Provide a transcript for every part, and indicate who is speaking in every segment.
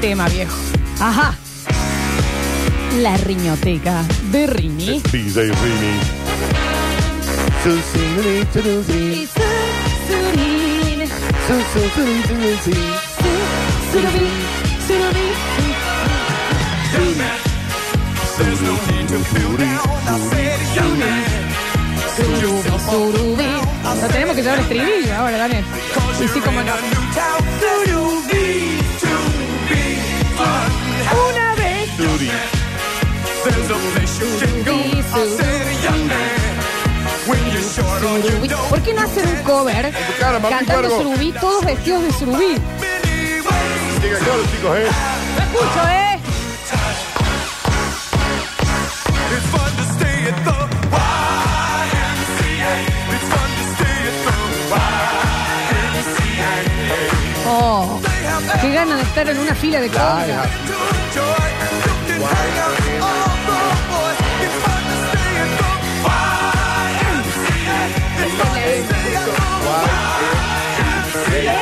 Speaker 1: tema, viejo. Ajá. La riñoteca de Rini.
Speaker 2: DJ Rini. Susini,
Speaker 1: Y
Speaker 2: turusi,
Speaker 1: su- surín,
Speaker 2: susu, suri, turusi.
Speaker 1: su- surubí, surubí.
Speaker 3: There's no need to feel down. I said, young man,
Speaker 1: Surubí, surubí. No tenemos que llevar estribillo ahora, dale. Y
Speaker 3: cause
Speaker 1: sí,
Speaker 3: you're
Speaker 1: como
Speaker 3: in
Speaker 1: no.
Speaker 3: a new town. So you need to be unhappy.
Speaker 1: Una vez.
Speaker 2: Suri.
Speaker 3: There's a place you can go. I said, young man, when you're short on your
Speaker 1: surubí.
Speaker 3: dough,
Speaker 1: ¿Por qué no hacen un cover
Speaker 2: cara, mami,
Speaker 1: cantando
Speaker 2: cuervo.
Speaker 1: surubí, todos vestidos de surubí?
Speaker 3: many ways.
Speaker 2: Llega claro, chicos, ¿eh?
Speaker 1: Lo escucho, ¿eh?
Speaker 3: It's fun to stay at the YMCA. It's fun to stay at the YMCA.
Speaker 1: Oh,
Speaker 3: They have
Speaker 1: qué ganas de estar en una fila de cosas.
Speaker 3: to enjoy. You can hang out with all the boys. It's fun to stay at the YMCA. It's fun to stay at the YMCA.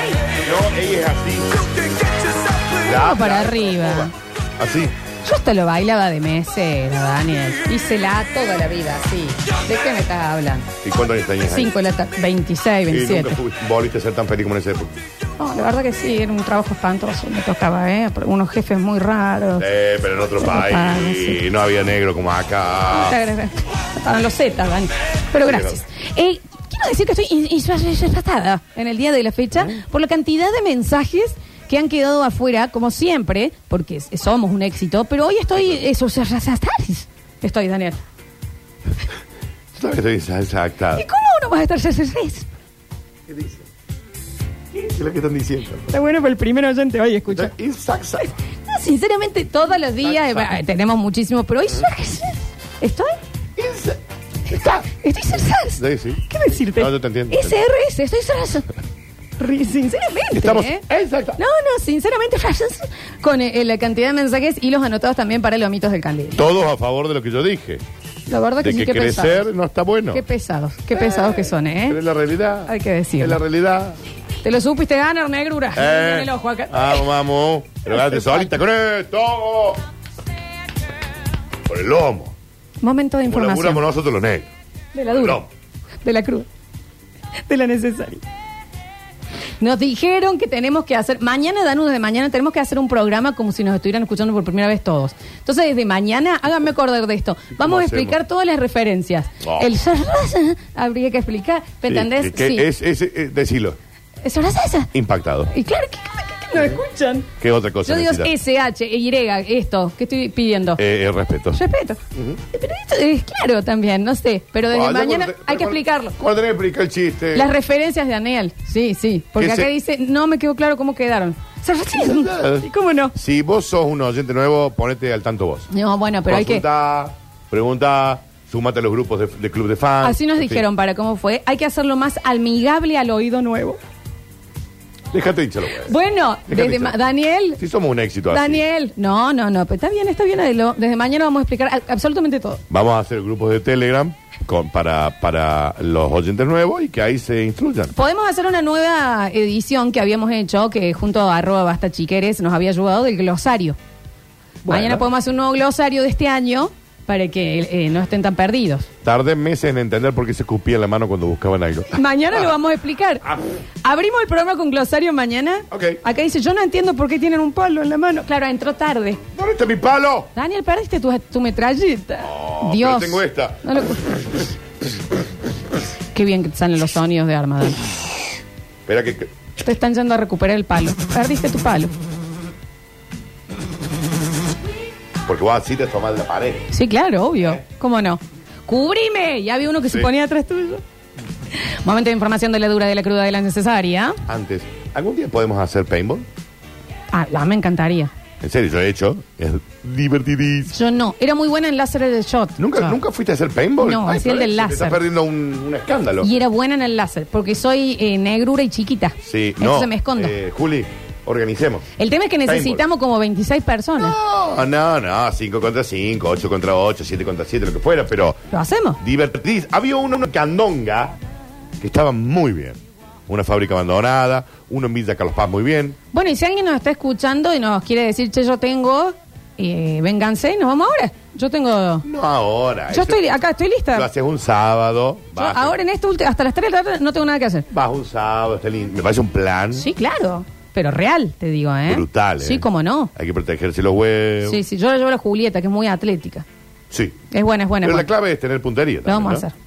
Speaker 2: No, ella es así.
Speaker 3: You can get yourself clean.
Speaker 2: La-
Speaker 1: Vamos para
Speaker 2: la-
Speaker 1: arriba.
Speaker 2: Ah, Así.
Speaker 1: Yo hasta lo bailaba de mesero, Daniel. Hícela toda la vida, sí. ¿De qué me estás hablando?
Speaker 2: ¿Y cuántos años tenías ahí?
Speaker 1: Cinco de la tarde, 26,
Speaker 2: Y nunca
Speaker 1: 27.
Speaker 2: fuiste- volviste a ser tan feliz como en ese época.
Speaker 1: No, Oh, la verdad que sí, era un trabajo espantoso, me tocaba, ¿eh? Por Unos jefes muy raros.
Speaker 2: Eh, pero en otro país
Speaker 1: pagan, sí.
Speaker 2: no había negro como acá.
Speaker 1: Está gra- Estaban los Z, Dani. Pero gracias. Eh, quiero decir que estoy in- in- insatisfactada en el día de la fecha por la cantidad de mensajes que han quedado afuera, como siempre, porque s- somos un éxito, pero hoy estoy... Eso, estoy, Daniel.
Speaker 2: Yo también estoy desacatada.
Speaker 1: ¿Y cómo uno va a estar satisfecho?
Speaker 2: ¿Qué dicen? ¿Qué es lo que están diciendo? ¿Eh?
Speaker 1: Está bueno, pero el primero oyente hoy escucha.
Speaker 2: Exacto.
Speaker 1: No, sinceramente, todos los días eh, bueno, tenemos muchísimos, pero hoy estoy. Estoy salsas.
Speaker 2: Sí, sí.
Speaker 1: ¿Qué decirte?
Speaker 2: No, yo te entiendo.
Speaker 1: SRS, estoy salsas. Ri- Sinceramente.
Speaker 2: Estamos.
Speaker 1: ¿eh?
Speaker 2: Exacto.
Speaker 1: No, no, sinceramente, salsas, con eh, la cantidad de mensajes y los anotados también para los mitos del candil.
Speaker 2: Todos a favor de lo que yo dije.
Speaker 1: La verdad que
Speaker 2: De
Speaker 1: sí, qué
Speaker 2: que crecer
Speaker 1: pesados.
Speaker 2: no está bueno.
Speaker 1: Qué pesados, qué pesados que son,
Speaker 2: Pero
Speaker 1: ¿eh?
Speaker 2: es la realidad.
Speaker 1: Hay que decirlo.
Speaker 2: Es la realidad.
Speaker 1: Te lo supiste ganar, negrura.
Speaker 2: Eh.
Speaker 1: En el ojo acá.
Speaker 2: Vamos, vamos. Pero gánate solita con esto. Por el lomo.
Speaker 1: Momento de
Speaker 2: Como
Speaker 1: información.
Speaker 2: laburamos nosotros los negros.
Speaker 1: De la dura.
Speaker 2: No.
Speaker 1: De la cruda. De la necesaria. Nos dijeron que tenemos que hacer, mañana, Danu, desde mañana tenemos que hacer un programa como si nos estuvieran escuchando por primera vez todos. Entonces, desde mañana, háganme acordar de esto. Vamos a
Speaker 2: hacemos?
Speaker 1: explicar todas las referencias.
Speaker 2: Oh.
Speaker 1: El sorraza habría que explicar, ¿me entendés?
Speaker 2: Sí, que Es, es, es- decilo.
Speaker 1: Es sorraza.
Speaker 2: Impactado.
Speaker 1: Y claro, ¿qué, qué-
Speaker 2: Eh,
Speaker 1: qué no escuchan?
Speaker 2: ¿Qué otra cosa
Speaker 1: Yo digo
Speaker 2: necesitas?
Speaker 1: SH, Y, esto, ¿qué estoy pidiendo?
Speaker 2: Eh, el respeto.
Speaker 1: Respeto. Pero esto es claro también, no sé. Pero desde
Speaker 2: Ah, ya
Speaker 1: mañana
Speaker 2: cuando te-
Speaker 1: hay que
Speaker 2: cuando-
Speaker 1: explicarlo.
Speaker 2: Cuando tenés que explicar el chiste.
Speaker 1: Las referencias de Daniel, sí, sí. Porque
Speaker 2: Que
Speaker 1: acá
Speaker 2: se-
Speaker 1: dice, no me quedó claro cómo quedaron. Sarracín. ¿Y cómo no?
Speaker 2: Si vos sos un oyente nuevo, ponete al tanto vos.
Speaker 1: No, bueno, pero hay que.
Speaker 2: Consultá, pregunta, sumate a los grupos de, de club de fans.
Speaker 1: Así nos
Speaker 2: En fin.
Speaker 1: dijeron para cómo fue. Hay que hacerlo más amigable al oído nuevo.
Speaker 2: Déjate dicho lo que
Speaker 1: Bueno,
Speaker 2: Déjate
Speaker 1: desde
Speaker 2: dicho.
Speaker 1: ma- Daniel.
Speaker 2: Si somos un éxito así.
Speaker 1: Daniel. No, no, no. Pero está bien, está bien. Adelo. Desde mañana vamos a explicar a- absolutamente todo.
Speaker 2: Vamos a hacer grupos de Telegram con, para, para los oyentes nuevos y que ahí se instruyan.
Speaker 1: Podemos hacer una nueva edición que habíamos hecho, que junto a arroba basta chiqueres nos había ayudado del glosario.
Speaker 2: Bueno.
Speaker 1: Mañana podemos hacer un nuevo glosario de este año para que eh, no estén tan perdidos.
Speaker 2: Tardé meses en entender por qué se escupía la mano cuando buscaban algo.
Speaker 1: Mañana lo vamos a explicar.
Speaker 2: Ah.
Speaker 1: Abrimos el programa con glosario mañana.
Speaker 2: Ok.
Speaker 1: Acá dice, yo no entiendo por qué tienen un palo en la mano. Claro, entró tarde.
Speaker 2: ¿Dónde está mi palo?
Speaker 1: Daniel, perdiste tu, tu metralleta.
Speaker 2: No,
Speaker 1: Dios.
Speaker 2: pero tengo esta.
Speaker 1: No lo- qué bien que te salen los sonidos de arma, Dani.
Speaker 2: Espera que... que-
Speaker 1: Te están yendo a recuperar el palo. Perdiste tu palo.
Speaker 2: Porque vos así te tomás la pared.
Speaker 1: Sí, claro, obvio. ¿Cómo no? ¡Cúbrime! Ya había uno que se
Speaker 2: Sí.
Speaker 1: ponía atrás tuyo. Momento de información de la dura, de la cruda, de la necesaria.
Speaker 2: Antes, ¿algún día podemos hacer paintball?
Speaker 1: Ah, la- me encantaría.
Speaker 2: En serio, yo he hecho. Es divertidísimo.
Speaker 1: Yo no. Era muy buena en láser de shot.
Speaker 2: ¿Nunca,
Speaker 1: Yo.
Speaker 2: ¿Nunca fuiste a hacer paintball?
Speaker 1: No,
Speaker 2: Ay,
Speaker 1: hacía el del
Speaker 2: Florencia,
Speaker 1: láser.
Speaker 2: Te estás perdiendo un, un escándalo.
Speaker 1: Y era buena en el láser, porque soy eh, negrura y chiquita.
Speaker 2: Sí, no.
Speaker 1: Entonces me escondo.
Speaker 2: eh, Juli, organicemos.
Speaker 1: el tema es que necesitamos como 26 personas.
Speaker 2: No, no, no. 5 contra 5, 8 contra 8, 7 contra 7, lo que fuera, pero
Speaker 1: Lo hacemos.
Speaker 2: divertidísimo. Había uno en Candonga que estaba muy bien. una fábrica abandonada, uno en Villa Carlos Paz muy bien.
Speaker 1: Bueno, y si alguien nos está escuchando y nos quiere decir, che, yo tengo, eh, vénganse, nos vamos ahora. Yo tengo.
Speaker 2: No ahora.
Speaker 1: Yo
Speaker 2: eso-
Speaker 1: estoy acá, estoy lista.
Speaker 2: Lo haces un sábado.
Speaker 1: Yo
Speaker 2: Vas,
Speaker 1: ahora en esto, ulti- hasta las 3 de la tarde, no tengo nada que hacer.
Speaker 2: vas un sábado, está lindo. Me parece un plan
Speaker 1: Sí, claro. Pero real, te digo, ¿eh?
Speaker 2: brutal. ¿eh?
Speaker 1: Sí, cómo no.
Speaker 2: Hay que protegerse los huevos.
Speaker 1: Sí,
Speaker 2: Sí.
Speaker 1: sí, yo la llevo a la Julieta, que es muy atlética. Es buena, es buena.
Speaker 2: Pero
Speaker 1: es
Speaker 2: la
Speaker 1: buena.
Speaker 2: clave es tener puntería.
Speaker 1: Lo
Speaker 2: también,
Speaker 1: vamos a
Speaker 2: ¿no?
Speaker 1: hacer.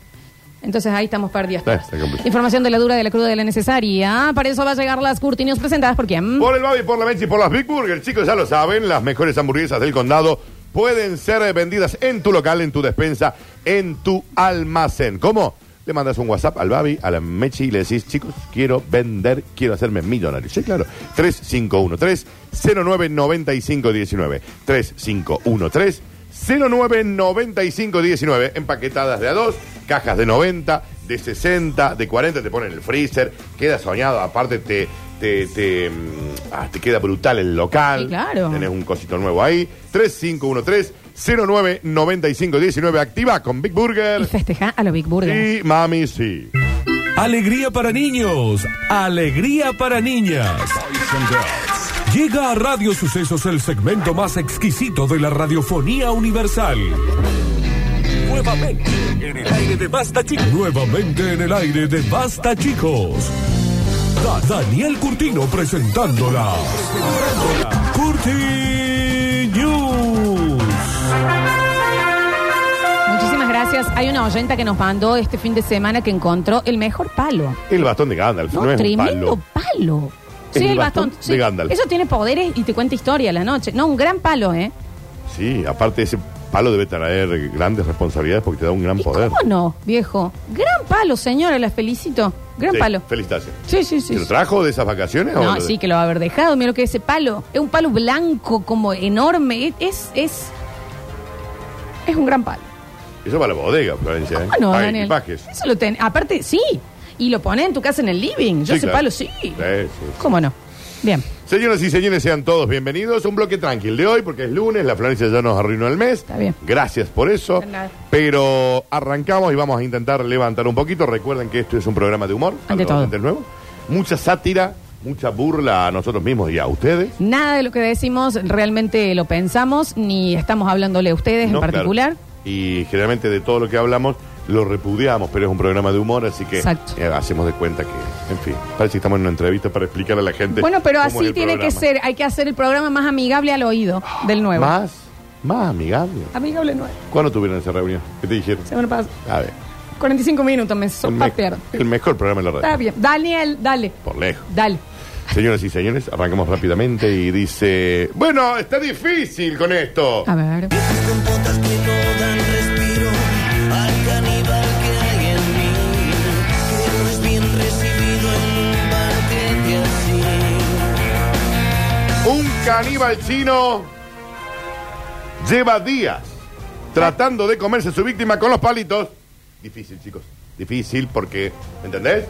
Speaker 1: Entonces ahí estamos perdidos.
Speaker 2: Está, Ah, está complicado.
Speaker 1: Información de la dura, de la cruda, de la necesaria. Para eso va a llegar las curtinios presentadas por quién.
Speaker 2: Por el Babi, por la Mechi y por las Big Burger, chicos, ya lo saben, las mejores hamburguesas del condado pueden ser eh, vendidas en tu local, en tu despensa, en tu almacén. ¿Cómo? Le mandas un WhatsApp al Babi, a la Mechi y le decís, chicos, quiero vender, quiero hacerme millonario. Sí, claro. 3513-099519. 3513-099519. Empaquetadas de a dos, cajas de 90, de 60, de 40, te ponen en el freezer, queda soñado, aparte te, te, te, mm, ah, te queda brutal el local.
Speaker 1: Sí, claro.
Speaker 2: Tenés un cosito nuevo ahí. 3513-099519. Activa con Big
Speaker 1: Y
Speaker 2: Burger.
Speaker 1: festeja a la Big Burger.
Speaker 2: Y Mami Sí.
Speaker 4: Alegría para niños, alegría para niñas. Llega a Radio Sucesos el segmento más exquisito de la radiofonía universal. Nuevamente en el aire de Basta Chicos. Nuevamente en el aire de Basta Chicos. Da- Daniel Curtino presentándola. Curti News.
Speaker 1: Muchísimas gracias. Hay una oyenta que nos mandó este fin de semana que encontró el mejor palo.
Speaker 2: El bastón de Gandalf. No,
Speaker 1: No,
Speaker 2: es un
Speaker 1: tremendo
Speaker 2: palo.
Speaker 1: palo.
Speaker 2: Es el bastón de
Speaker 1: sí.
Speaker 2: Gandalf.
Speaker 1: Eso tiene poderes y te cuenta historia a la noche. No, un gran palo, ¿eh?
Speaker 2: Sí, aparte ese palo debe traer grandes responsabilidades porque te da un gran
Speaker 1: ¿Y
Speaker 2: poder.
Speaker 1: ¿Cómo no, viejo? Gran palo, señora, las felicito. Gran
Speaker 2: Sí,
Speaker 1: palo.
Speaker 2: Felicitaciones.
Speaker 1: Sí, sí, sí.
Speaker 2: ¿Te lo trajo de esas vacaciones? o
Speaker 1: No,
Speaker 2: lo-
Speaker 1: sí que lo va a haber dejado. Mira lo que es ese palo. Es un palo blanco, como enorme. Es, es, es un gran palo.
Speaker 2: Eso para la bodega, Florencia. ¿eh?
Speaker 1: ¿Cómo no,
Speaker 2: Pague
Speaker 1: Daniel?
Speaker 2: equipajes.
Speaker 1: Eso lo ten- Aparte, sí. Y lo pone en tu casa en el living. Yo
Speaker 2: Sí,
Speaker 1: ese
Speaker 2: claro.
Speaker 1: palo, sí.
Speaker 2: Sí, sí.
Speaker 1: ¿Cómo no? Bien.
Speaker 2: Señoras y señores, sean todos bienvenidos. Un bloque tranquilo de hoy porque es lunes, la Florencia ya nos arruinó el mes.
Speaker 1: Está bien.
Speaker 2: Gracias por eso.
Speaker 1: De nada.
Speaker 2: Pero arrancamos y vamos a intentar levantar un poquito. Recuerden que esto es un programa de humor.
Speaker 1: Ante
Speaker 2: algo
Speaker 1: todo.
Speaker 2: bastante nuevo. Mucha sátira, mucha burla a nosotros mismos y a ustedes.
Speaker 1: Nada de lo que decimos realmente lo pensamos, ni estamos hablándole a ustedes
Speaker 2: No,
Speaker 1: en particular.
Speaker 2: claro. Y generalmente de todo lo que hablamos lo repudiamos, pero es un programa de humor, así que
Speaker 1: Exacto.
Speaker 2: eh, hacemos de cuenta que, en fin, parece que estamos en una entrevista para explicar a la gente.
Speaker 1: Bueno, pero
Speaker 2: cómo es
Speaker 1: así
Speaker 2: el
Speaker 1: tiene que
Speaker 2: programa.
Speaker 1: ser. Hay que hacer el programa más amigable al oído del nuevo.
Speaker 2: Más, más amigable.
Speaker 1: Amigable nuevo.
Speaker 2: ¿Cuándo tuvieron esa reunión? ¿Qué te dijeron?
Speaker 1: Se me pasa.
Speaker 2: A ver,
Speaker 1: 45 minutos me
Speaker 2: el,
Speaker 1: sopa
Speaker 2: me- el mejor programa de la radio.
Speaker 1: Está bien. Daniel, dale.
Speaker 2: Por lejos.
Speaker 1: Dale.
Speaker 2: Señoras y señores, arrancamos rápidamente y dice, bueno, está difícil con esto.
Speaker 1: A ver.
Speaker 5: compotas que no dan respiro al caníbal que hay en mí, que no es bien recibido en un banquete así.
Speaker 2: Un caníbal chino lleva días tratando de comerse a su víctima con los palitos. Difícil, chicos. Difícil porque, ¿me entendés?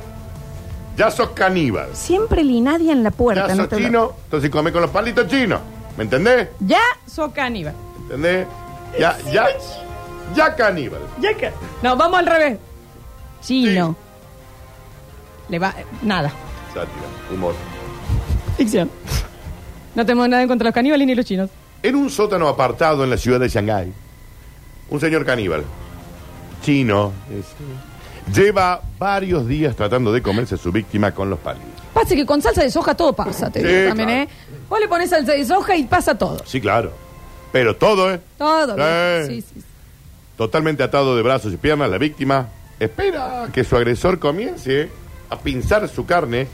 Speaker 2: Ya sos caníbal.
Speaker 1: Siempre el Inadia en la puerta.
Speaker 2: Ya
Speaker 1: no
Speaker 2: sos
Speaker 1: te lo-
Speaker 2: chino, entonces come con los palitos chinos. ¿Me entendés?
Speaker 1: Ya sos caníbal.
Speaker 2: ¿Entendés? Ya, ya, ya caníbal.
Speaker 1: Ya que. No, vamos al revés. Chino. Le va. Nada.
Speaker 2: Sátira, humor.
Speaker 1: Ficción. No tenemos nada en contra de los caníbales ni los chinos.
Speaker 2: En un sótano apartado en la ciudad de Shanghái, un señor caníbal, chino, es- lleva varios días tratando de comerse a su víctima con los palitos.
Speaker 1: Pase que con salsa de soja todo pasa, te
Speaker 2: Sí,
Speaker 1: digo también,
Speaker 2: claro.
Speaker 1: ¿eh? Vos le pones salsa de soja y pasa todo.
Speaker 2: Sí, claro. Pero todo, ¿eh?
Speaker 1: Todo.
Speaker 2: Eh.
Speaker 1: Sí, sí, sí.
Speaker 2: Totalmente atado de brazos y piernas, la víctima espera a que su agresor comience a pinzar su carne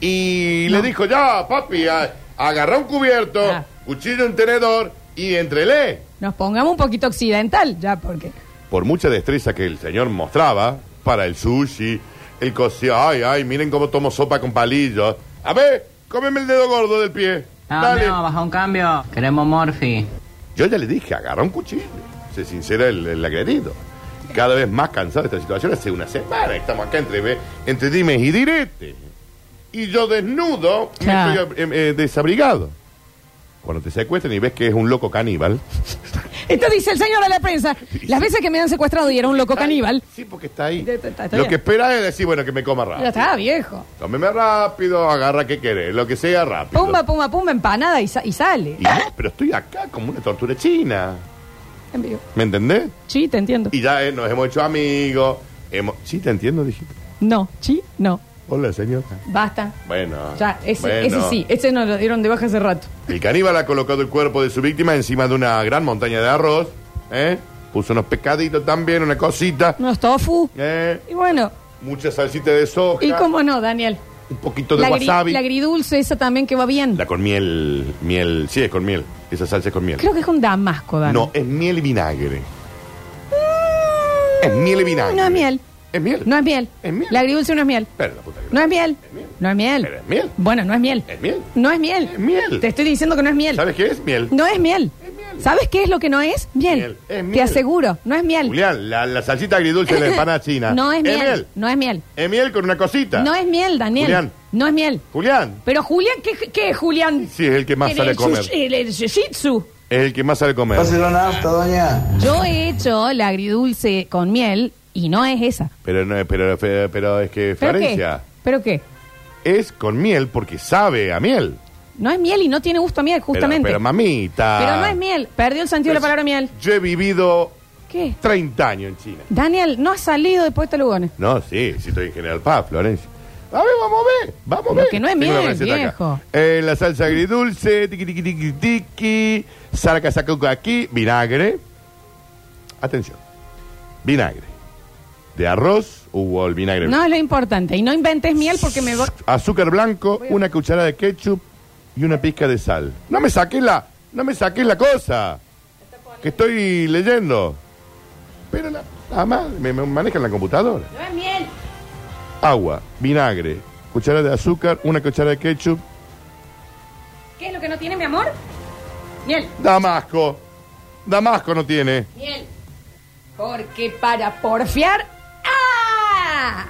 Speaker 2: y le dijo, ya, papi, a- agarra un cubierto,
Speaker 1: Ah.
Speaker 2: cuchillo, un tenedor y entrelé.
Speaker 1: Nos pongamos un poquito occidental, ya, porque.
Speaker 2: Por mucha destreza que el señor mostraba para el sushi, el cocido, ay, ay, miren cómo tomo sopa con palillos. A ver, cómeme el dedo gordo del pie.
Speaker 1: Ah,
Speaker 6: No,
Speaker 2: Dale.
Speaker 6: no, baja un cambio. Queremos Morphy.
Speaker 2: Yo ya le dije, agarra un cuchillo. Se sincera el, el agredido. Cada vez más cansado de esta situación. Hace una semana que estamos acá entre, ve- entre dimes y diretes. Y yo desnudo, me
Speaker 1: Claro.
Speaker 2: estoy, eh, eh, desabrigado. Cuando te secuestran y ves que es un loco caníbal,
Speaker 1: Esto dice el señor de la prensa. Las veces que me han secuestrado y era un loco
Speaker 2: Está ahí.
Speaker 1: caníbal.
Speaker 2: Sí, porque está ahí.
Speaker 1: Está- está- está
Speaker 2: Lo
Speaker 1: bien.
Speaker 2: que espera es decir, bueno, que me coma
Speaker 1: Ya
Speaker 2: rápido.
Speaker 1: está, viejo.
Speaker 2: Cómeme rápido, agarra que querés, lo que sea rápido.
Speaker 1: Pumba, pumba, pumba, empanada y, sa- y sale.
Speaker 2: Y no, pero estoy acá como una tortura china.
Speaker 1: En vivo.
Speaker 2: ¿Me entendés?
Speaker 1: Sí, te entiendo.
Speaker 2: Y ya eh, nos hemos hecho amigos. Hemos... Sí, te entiendo, dije.
Speaker 1: No, sí, no.
Speaker 2: Hola, señora.
Speaker 1: Basta.
Speaker 2: Bueno.
Speaker 1: Ya, ese,
Speaker 2: bueno.
Speaker 1: ese sí. Ese nos lo dieron de baja hace rato.
Speaker 2: El caníbal ha colocado el cuerpo de su víctima encima de una gran montaña de arroz. ¿eh? Puso unos pescaditos también, una cosita.
Speaker 1: Unos tofu.
Speaker 2: ¿eh?
Speaker 1: Y bueno,
Speaker 2: Mucha salsita de soja.
Speaker 1: y cómo no, Daniel.
Speaker 2: Un poquito de
Speaker 1: la, gri-
Speaker 2: wasabi.
Speaker 1: la agridulce esa también que va bien.
Speaker 2: La con miel, miel. Sí, es con miel. Esa salsa es con miel.
Speaker 1: Creo que es con damasco, Daniel.
Speaker 2: No, es miel y vinagre. Es miel y vinagre.
Speaker 1: No es miel.
Speaker 2: Es miel.
Speaker 1: No es miel.
Speaker 2: Es miel.
Speaker 1: La agridulce no es miel.
Speaker 2: Pero la puta que
Speaker 1: No es miel.
Speaker 2: miel.
Speaker 1: No es miel.
Speaker 2: Pero es miel.
Speaker 1: Bueno, no es miel.
Speaker 2: Es miel.
Speaker 1: No es miel.
Speaker 2: Es miel.
Speaker 1: Te estoy diciendo que no es miel.
Speaker 2: ¿Sabes qué es miel?
Speaker 1: No es miel. ¿Sabes qué es lo que no es? Miel.
Speaker 2: Miel. Es miel.
Speaker 1: Te aseguro, no es miel.
Speaker 2: Julián, la, la salsita agridulce de la empanada china.
Speaker 1: No es miel. No es miel.
Speaker 2: Es miel con una cosita.
Speaker 1: No es miel, Daniel.
Speaker 2: Julián.
Speaker 1: No es miel.
Speaker 2: Julián.
Speaker 1: Pero Julián, ¿qué, qué es Julián?
Speaker 2: Sí, es el que más
Speaker 1: El-
Speaker 2: sale a
Speaker 1: el
Speaker 2: comer.
Speaker 1: sushi- El, el jiu-jitsu.
Speaker 2: Es el que más sabe comer.
Speaker 7: Páselo nafta, doña.
Speaker 1: Yo he hecho la agridulce con miel y no es esa.
Speaker 2: Pero, no, es- pero, pero, pero es que
Speaker 1: ¿Pero qué?
Speaker 2: Florencia
Speaker 1: ¿Pero qué?
Speaker 2: es con miel porque sabe a miel.
Speaker 1: No es miel y no tiene gusto a miel,
Speaker 2: Pero-
Speaker 1: justamente.
Speaker 2: Pero, mamita.
Speaker 1: Pero no es miel. Perdió el sentido de la palabra miel.
Speaker 2: Yo he vivido
Speaker 1: ¿Qué?
Speaker 2: 30 años en China.
Speaker 1: Daniel, no has salido de Puerto Lugones.
Speaker 2: No, sí, sí estoy en General Paz, Florencia. A ver, vamos a ver, vamos a
Speaker 1: Lo
Speaker 2: ver.
Speaker 1: que no es
Speaker 2: Tengo
Speaker 1: miel,
Speaker 2: la receta acá.
Speaker 1: viejo.
Speaker 2: Eh, la salsa agridulce, tiqui tiqui tiqui tiqui, saca saca aquí, vinagre. Atención, vinagre. De arroz hubo el vinagre.
Speaker 1: No es lo importante. Y no inventes miel porque me voy.
Speaker 2: Azúcar blanco, una cucharada de ketchup y una pizca de sal. No me saques la, no me saques la cosa que estoy leyendo. Pero la, nada más, me, me manejan la computadora.
Speaker 1: No es miel.
Speaker 2: agua, vinagre, cuchara de azúcar, una cuchara de ketchup,
Speaker 1: ¿Qué es lo que no tiene, mi amor? Miel.
Speaker 2: damasco. Damasco no tiene.
Speaker 1: Miel. Porque para porfiar. ¡Ah!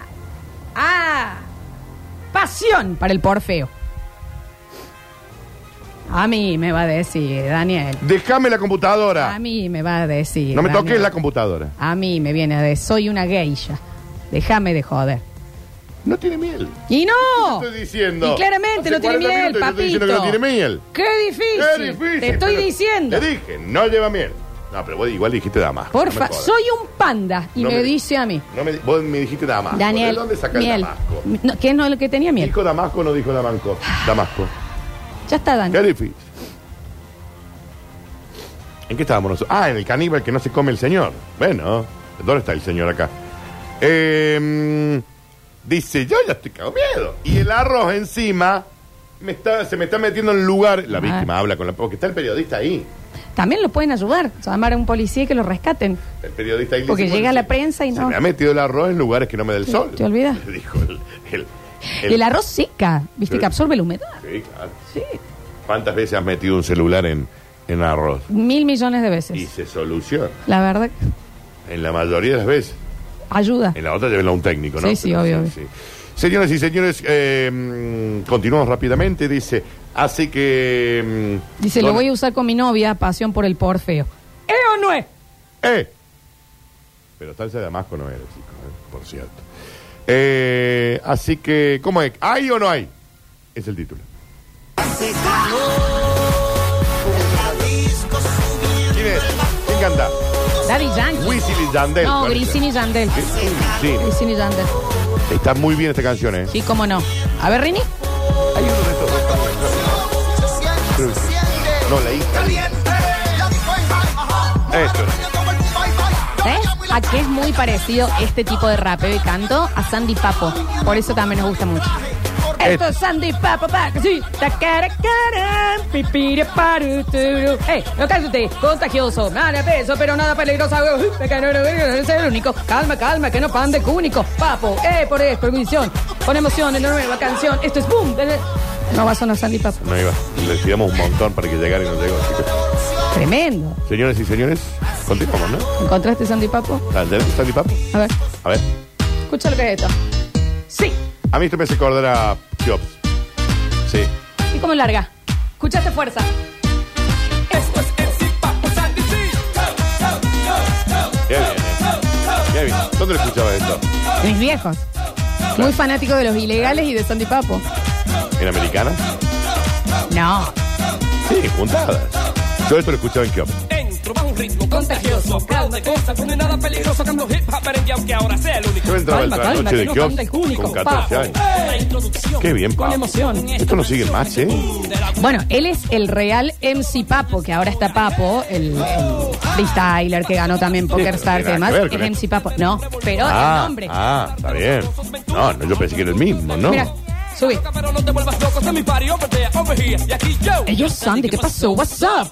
Speaker 1: ¡Ah! Pasión para el porfeo. A mí me va a decir, Daniel.
Speaker 2: Déjame la computadora.
Speaker 1: A mí me va a decir.
Speaker 2: Ah. No me
Speaker 1: Daniel.
Speaker 2: toques la computadora.
Speaker 1: A mí me viene de soy una geisha. Déjame de joder.
Speaker 2: No tiene miel.
Speaker 1: Y no.
Speaker 2: Te estoy diciendo.
Speaker 1: Y claramente
Speaker 2: Hace
Speaker 1: no tiene
Speaker 2: 40
Speaker 1: miel,
Speaker 2: minutos que
Speaker 1: papito.
Speaker 2: te estoy diciendo que no tiene miel.
Speaker 1: Qué difícil.
Speaker 2: Qué difícil,
Speaker 1: Te estoy
Speaker 2: pero
Speaker 1: diciendo.
Speaker 2: Te dije, no lleva miel. No, pero vos igual dijiste damasco. no me
Speaker 1: Porfa,
Speaker 2: jodas.
Speaker 1: soy un panda y
Speaker 2: No
Speaker 1: me,
Speaker 2: me-
Speaker 1: dice a mí.
Speaker 2: No me, vos me dijiste damasco.
Speaker 1: Daniel,
Speaker 2: ¿De dónde saca el
Speaker 1: miel.
Speaker 2: damasco?
Speaker 1: No, ¿Qué no es lo que tenía miel? Ah.
Speaker 2: ¿Dijo damasco o no dijo damasco? Damasco.
Speaker 1: Ya está,
Speaker 2: Qué
Speaker 1: Daniel.
Speaker 2: difícil. ¿En qué estábamos nosotros? Ah, en el caníbal que no se come el señor. Bueno, ¿dónde está el señor acá? Eh, dice, yo ya estoy cagado de miedo. Y el arroz encima me está, se me está metiendo en lugar. La
Speaker 1: Ah.
Speaker 2: víctima habla con la... Porque está el periodista ahí.
Speaker 1: También lo pueden ayudar. Llamar a un policía y que lo rescaten.
Speaker 2: El periodista ahí le
Speaker 1: Porque
Speaker 2: dice,
Speaker 1: llega
Speaker 2: "Bueno,
Speaker 1: la
Speaker 2: se-
Speaker 1: prensa y
Speaker 2: se
Speaker 1: no".
Speaker 2: me ha metido el arroz en lugares que no me da el sol.
Speaker 1: te olvidás.
Speaker 2: Le dijo el... el-
Speaker 1: El,
Speaker 2: el-
Speaker 1: arroz seca, viste,
Speaker 2: Sí.
Speaker 1: que absorbe la humedad.
Speaker 2: Sí, claro.
Speaker 1: Sí.
Speaker 2: ¿Cuántas veces has metido un celular en, en arroz?
Speaker 1: Mil millones de veces.
Speaker 2: Y se soluciona.
Speaker 1: La verdad,
Speaker 2: En la mayoría de las veces.
Speaker 1: ayuda.
Speaker 2: En la otra llévenlo a un técnico, ¿no?
Speaker 1: Sí, sí,
Speaker 2: Pero
Speaker 1: obvio, obvio.
Speaker 2: Señoras y señores, eh, mm, continuamos rápidamente. Dice, así que... mm,
Speaker 1: Dice, lo
Speaker 2: don-
Speaker 1: voy a usar con mi novia, pasión por el porfeo. ¿Eh o no es?
Speaker 2: ¡Eh! Pero salsa de Damasco no era, chicos, eh, por cierto. Eh, así que, ¿cómo es? ¿Hay o no hay? Es el título. ¿Quién es? ¿Quién canta?
Speaker 1: Daddy Yankee.
Speaker 2: Wisin y Yandel.
Speaker 1: no,
Speaker 2: parece.
Speaker 1: Grisini y Yandel.
Speaker 2: Sí,
Speaker 1: Grisini y Yandel.
Speaker 2: está muy bien esta canción, ¿eh?
Speaker 1: Sí, cómo no. A ver, Rini.
Speaker 2: Hay uno de estos dos que- Creo que sí. No, la hija. Esto.
Speaker 1: ¿Eh? A qué es muy parecido este tipo de rapeo y canto a Sandy Papo. Por eso también nos gusta mucho. Esto es Sandy Papo, pa, que sí. Tacara, cara, pipira, paru, turu. Ey, no cállate, contagioso, nada peso, pero nada peligroso. Es el único. Calma, calma, que no pan de cúnico. Papo, eh, por eso, por misión. Con emoción en la nueva canción. Esto es boom. No va a sonar Sandy Papo.
Speaker 2: No iba. Le tiramos un montón para que llegara y no llegó. chicos.
Speaker 1: Tremendo.
Speaker 2: Señoras y señores, continuamos, ¿no?
Speaker 1: ¿Encontraste Sandy Papo?
Speaker 2: ¿Está Sandy Papo?
Speaker 1: A ver,
Speaker 2: A ver.
Speaker 1: escucha lo que es esto. Sí.
Speaker 2: A mí este esto me hace acordar a Jobs. Sí.
Speaker 1: ¿Y cómo larga? Escuchaste fuerza.
Speaker 3: Esto es el Papo Sandy, sí.
Speaker 2: Kevin, ¿dónde lo escuchaba esto?
Speaker 1: Mis viejos. Muy fanático de los ilegales y de Sandy Papo.
Speaker 2: ¿En Americana?
Speaker 1: No.
Speaker 2: Sí, juntadas. Yo esto lo escuchaba en Kiop.
Speaker 7: Dentro va un ritmo contagioso, cada cosa, con nada peligroso, cambio hip hop, merengue, aunque ahora sea el único.
Speaker 2: Yo entraba el
Speaker 7: Calma,
Speaker 2: trasnoche
Speaker 7: calma,
Speaker 2: de
Speaker 7: que no
Speaker 2: kiosco
Speaker 7: canta el cúnico,
Speaker 2: con 14
Speaker 7: Papo.
Speaker 2: años.
Speaker 7: La introducción,
Speaker 2: Qué bien,
Speaker 7: Con
Speaker 2: Papo.
Speaker 7: emoción.
Speaker 2: Esto no sigue más, ¿eh?
Speaker 1: Bueno, él es el real MC Papo, que ahora está Papo, el, el freestyler que ganó también Poker
Speaker 2: pero
Speaker 1: Stars y
Speaker 2: tiene nada
Speaker 1: demás.
Speaker 2: que ver
Speaker 1: Es
Speaker 2: con
Speaker 1: MC Papo. No, pero el
Speaker 2: Ah,
Speaker 1: nombre.
Speaker 2: ah, está bien. No, no, yo pensé que era el mismo, ¿no?
Speaker 1: Mira, subí.
Speaker 7: Pero no te vuelvas loco, este es mi party, over there, over here. Y aquí yo.
Speaker 1: Ellos Sandy, ¿qué pasó? What's up?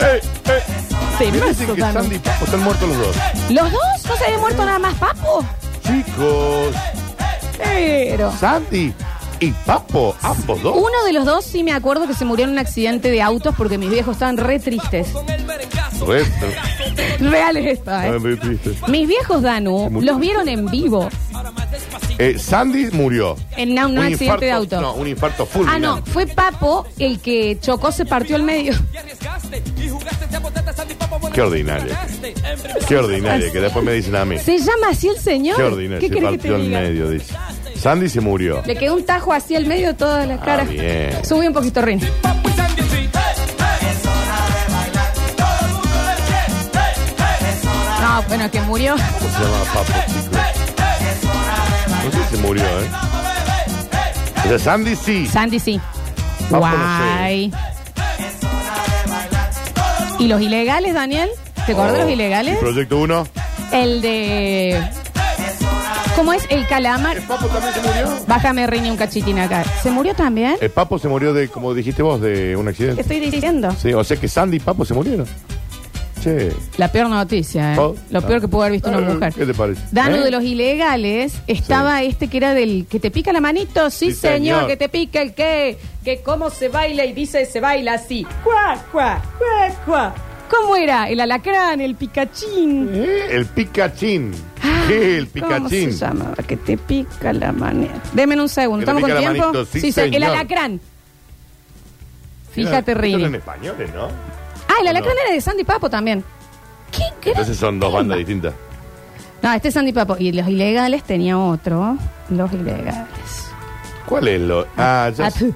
Speaker 2: ¡Ey, ey!
Speaker 1: Sí,
Speaker 2: Me
Speaker 1: me
Speaker 2: dicen que
Speaker 1: tocaron.
Speaker 2: Sandy y Papo están muertos los dos.
Speaker 1: Los dos no se había muerto nada más Papo.
Speaker 2: Chicos,
Speaker 1: Pero.
Speaker 2: Sandy y Papo, ambos dos.
Speaker 1: Uno de los dos sí me acuerdo que se murió en un accidente de autos porque mis viejos estaban re tristes.
Speaker 2: Re-
Speaker 1: Real es esta,
Speaker 2: Ay,
Speaker 1: ¿eh?
Speaker 2: muy triste.
Speaker 1: Mis viejos Danu
Speaker 2: Em, murió.
Speaker 1: los vieron en vivo
Speaker 2: Eh, Sandy murió.
Speaker 1: en un,
Speaker 2: Un
Speaker 1: accidente
Speaker 2: infarto-
Speaker 1: de auto.
Speaker 2: No, un infarto
Speaker 1: Ah,
Speaker 2: fulminante.
Speaker 1: no, fue Papo el que chocó, se partió al medio. Ah,
Speaker 2: Qué ordinario. Qué ordinario, que después me dicen a mí.
Speaker 1: ¿Se llama así el señor?
Speaker 2: Qué ordinario, se
Speaker 1: querés que
Speaker 2: partió
Speaker 1: te
Speaker 2: al
Speaker 1: diga?
Speaker 2: medio, dice. Sandy se murió.
Speaker 1: Le quedó un tajo así al medio de toda la cara.
Speaker 2: Ah, bien.
Speaker 1: Subí un poquito, Rin. No, bueno, que murió.
Speaker 2: ¿Cómo se llama Papo, chicos? No sé si se murió, ¿eh? O sea, Sandy sí.
Speaker 1: Sandy sí.
Speaker 2: Papo no
Speaker 1: Guay. ¿Y los ilegales, Daniel? ¿Te acordás de los ilegales?
Speaker 2: Oh. ¿Y Proyecto 1.
Speaker 1: El de. ¿Cómo es? El calamar.
Speaker 2: ¿El Papo también se murió?
Speaker 1: Bájame, riñe un cachitín acá. ¿Se murió también?
Speaker 2: El Papo se murió de, como dijiste vos, de un
Speaker 1: ¿Qué
Speaker 2: accidente.
Speaker 1: estoy diciendo?
Speaker 2: Sí, o sea que Sandy y Papo se murieron. Che.
Speaker 1: La peor noticia, ¿eh?
Speaker 2: Oh.
Speaker 1: Lo peor que pudo haber visto una
Speaker 2: Eh,
Speaker 1: mujer.
Speaker 2: ¿Qué te parece?
Speaker 1: Danu
Speaker 2: ¿Eh?
Speaker 1: de los ilegales estaba este que era del que te pica la manito, sí,
Speaker 2: Sí,
Speaker 1: señor,
Speaker 2: señor.
Speaker 1: que te pica el qué, que cómo se baila y dice se baila así. Cuá, cuá, cuá, cuá. ¿Cómo era? El alacrán, el picachín.
Speaker 2: ¿Eh? El Picachín.
Speaker 1: Ah,
Speaker 2: Sí, el Picachín.
Speaker 1: ¿Cómo se llamaba? Que te pica la manito. Deme un segundo,
Speaker 2: Que te
Speaker 1: ¿estamos con
Speaker 2: pica la
Speaker 1: tiempo?
Speaker 2: manito, sí,
Speaker 1: se- el
Speaker 2: señor.
Speaker 1: alacrán.
Speaker 2: Mira,
Speaker 1: Fíjate,
Speaker 2: estos son
Speaker 1: Rini.
Speaker 2: en españoles, ¿no?
Speaker 1: Ah, el alacrán era de Sandy Papo también. ¿Qué gran
Speaker 2: Entonces son dos
Speaker 1: tema.
Speaker 2: bandas distintas.
Speaker 1: No, este es Sandy Papo. Y los ilegales tenía otro. Los ilegales.
Speaker 2: ¿Cuál es lo...? Ah, ya...
Speaker 1: Ah,
Speaker 2: sé.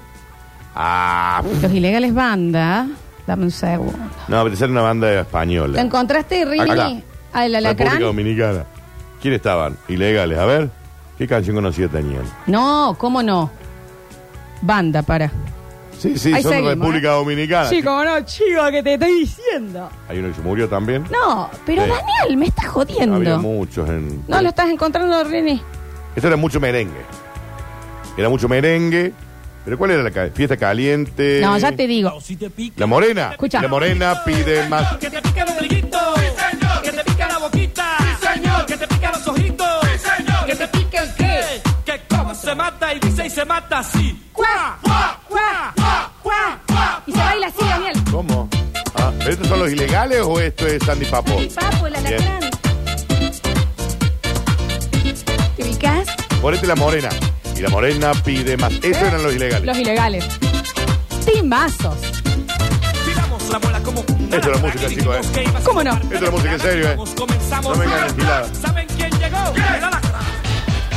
Speaker 2: Ah, pff.
Speaker 1: Los ilegales banda. Dame un segundo.
Speaker 2: no, pero esa era una banda española.
Speaker 1: ¿Lo encontraste,
Speaker 2: Acá.
Speaker 1: Rini? ¿Al alacrán?
Speaker 2: República Dominicana. ¿Quiénes estaban? Ilegales. A ver, ¿qué canción conocida tenían?
Speaker 1: No, ¿cómo no? Banda, para.
Speaker 2: Sí, sí,
Speaker 1: Ahí
Speaker 2: son
Speaker 1: seguimos,
Speaker 2: República
Speaker 1: ¿eh?
Speaker 2: Dominicana.
Speaker 1: Chico, no, chico, que te estoy diciendo.
Speaker 2: Hay uno que se murió también.
Speaker 1: No, pero
Speaker 2: Sí.
Speaker 1: Daniel, me estás
Speaker 2: Había Eh.
Speaker 1: jodiendo.
Speaker 2: muchos en...
Speaker 1: No lo estás encontrando, Rini.
Speaker 2: Esto era mucho merengue. Era mucho merengue. ¿Pero cuál era la ca- fiesta caliente?
Speaker 1: No, ya te digo.
Speaker 2: La morena.
Speaker 1: Escucha.
Speaker 2: La morena pide más.
Speaker 7: Que te pica el ombliguito. Que te pica la boquita. Que te pica los ojitos. Que te pica el qué. Que cómo se mata y dice y se mata así.
Speaker 1: Cuá, cuá, cuá, cuá, cuá, cuá. Y se baila así, Daniel.
Speaker 2: ¿Cómo? Ah, ¿pero estos son los ilegales o esto es Sandy Papo?
Speaker 1: Mi papo, el alacrán. ¿Te ubicás?
Speaker 2: Ponete la morena. Y la morena pide más. Esos eran los ilegales.
Speaker 1: Eh, Los ilegales. Timazos.
Speaker 7: Tiramos la bola como una
Speaker 2: Esto es la música,
Speaker 7: raqueta y
Speaker 2: chicos,
Speaker 7: dijimos
Speaker 2: eh.
Speaker 7: que iba a
Speaker 1: ¿Cómo no?
Speaker 7: ser
Speaker 2: Esto es la música en serio, eh.
Speaker 7: Comenzamos.
Speaker 2: No me engañes, Pilar.
Speaker 7: ¿Saben quién llegó? El alacrán.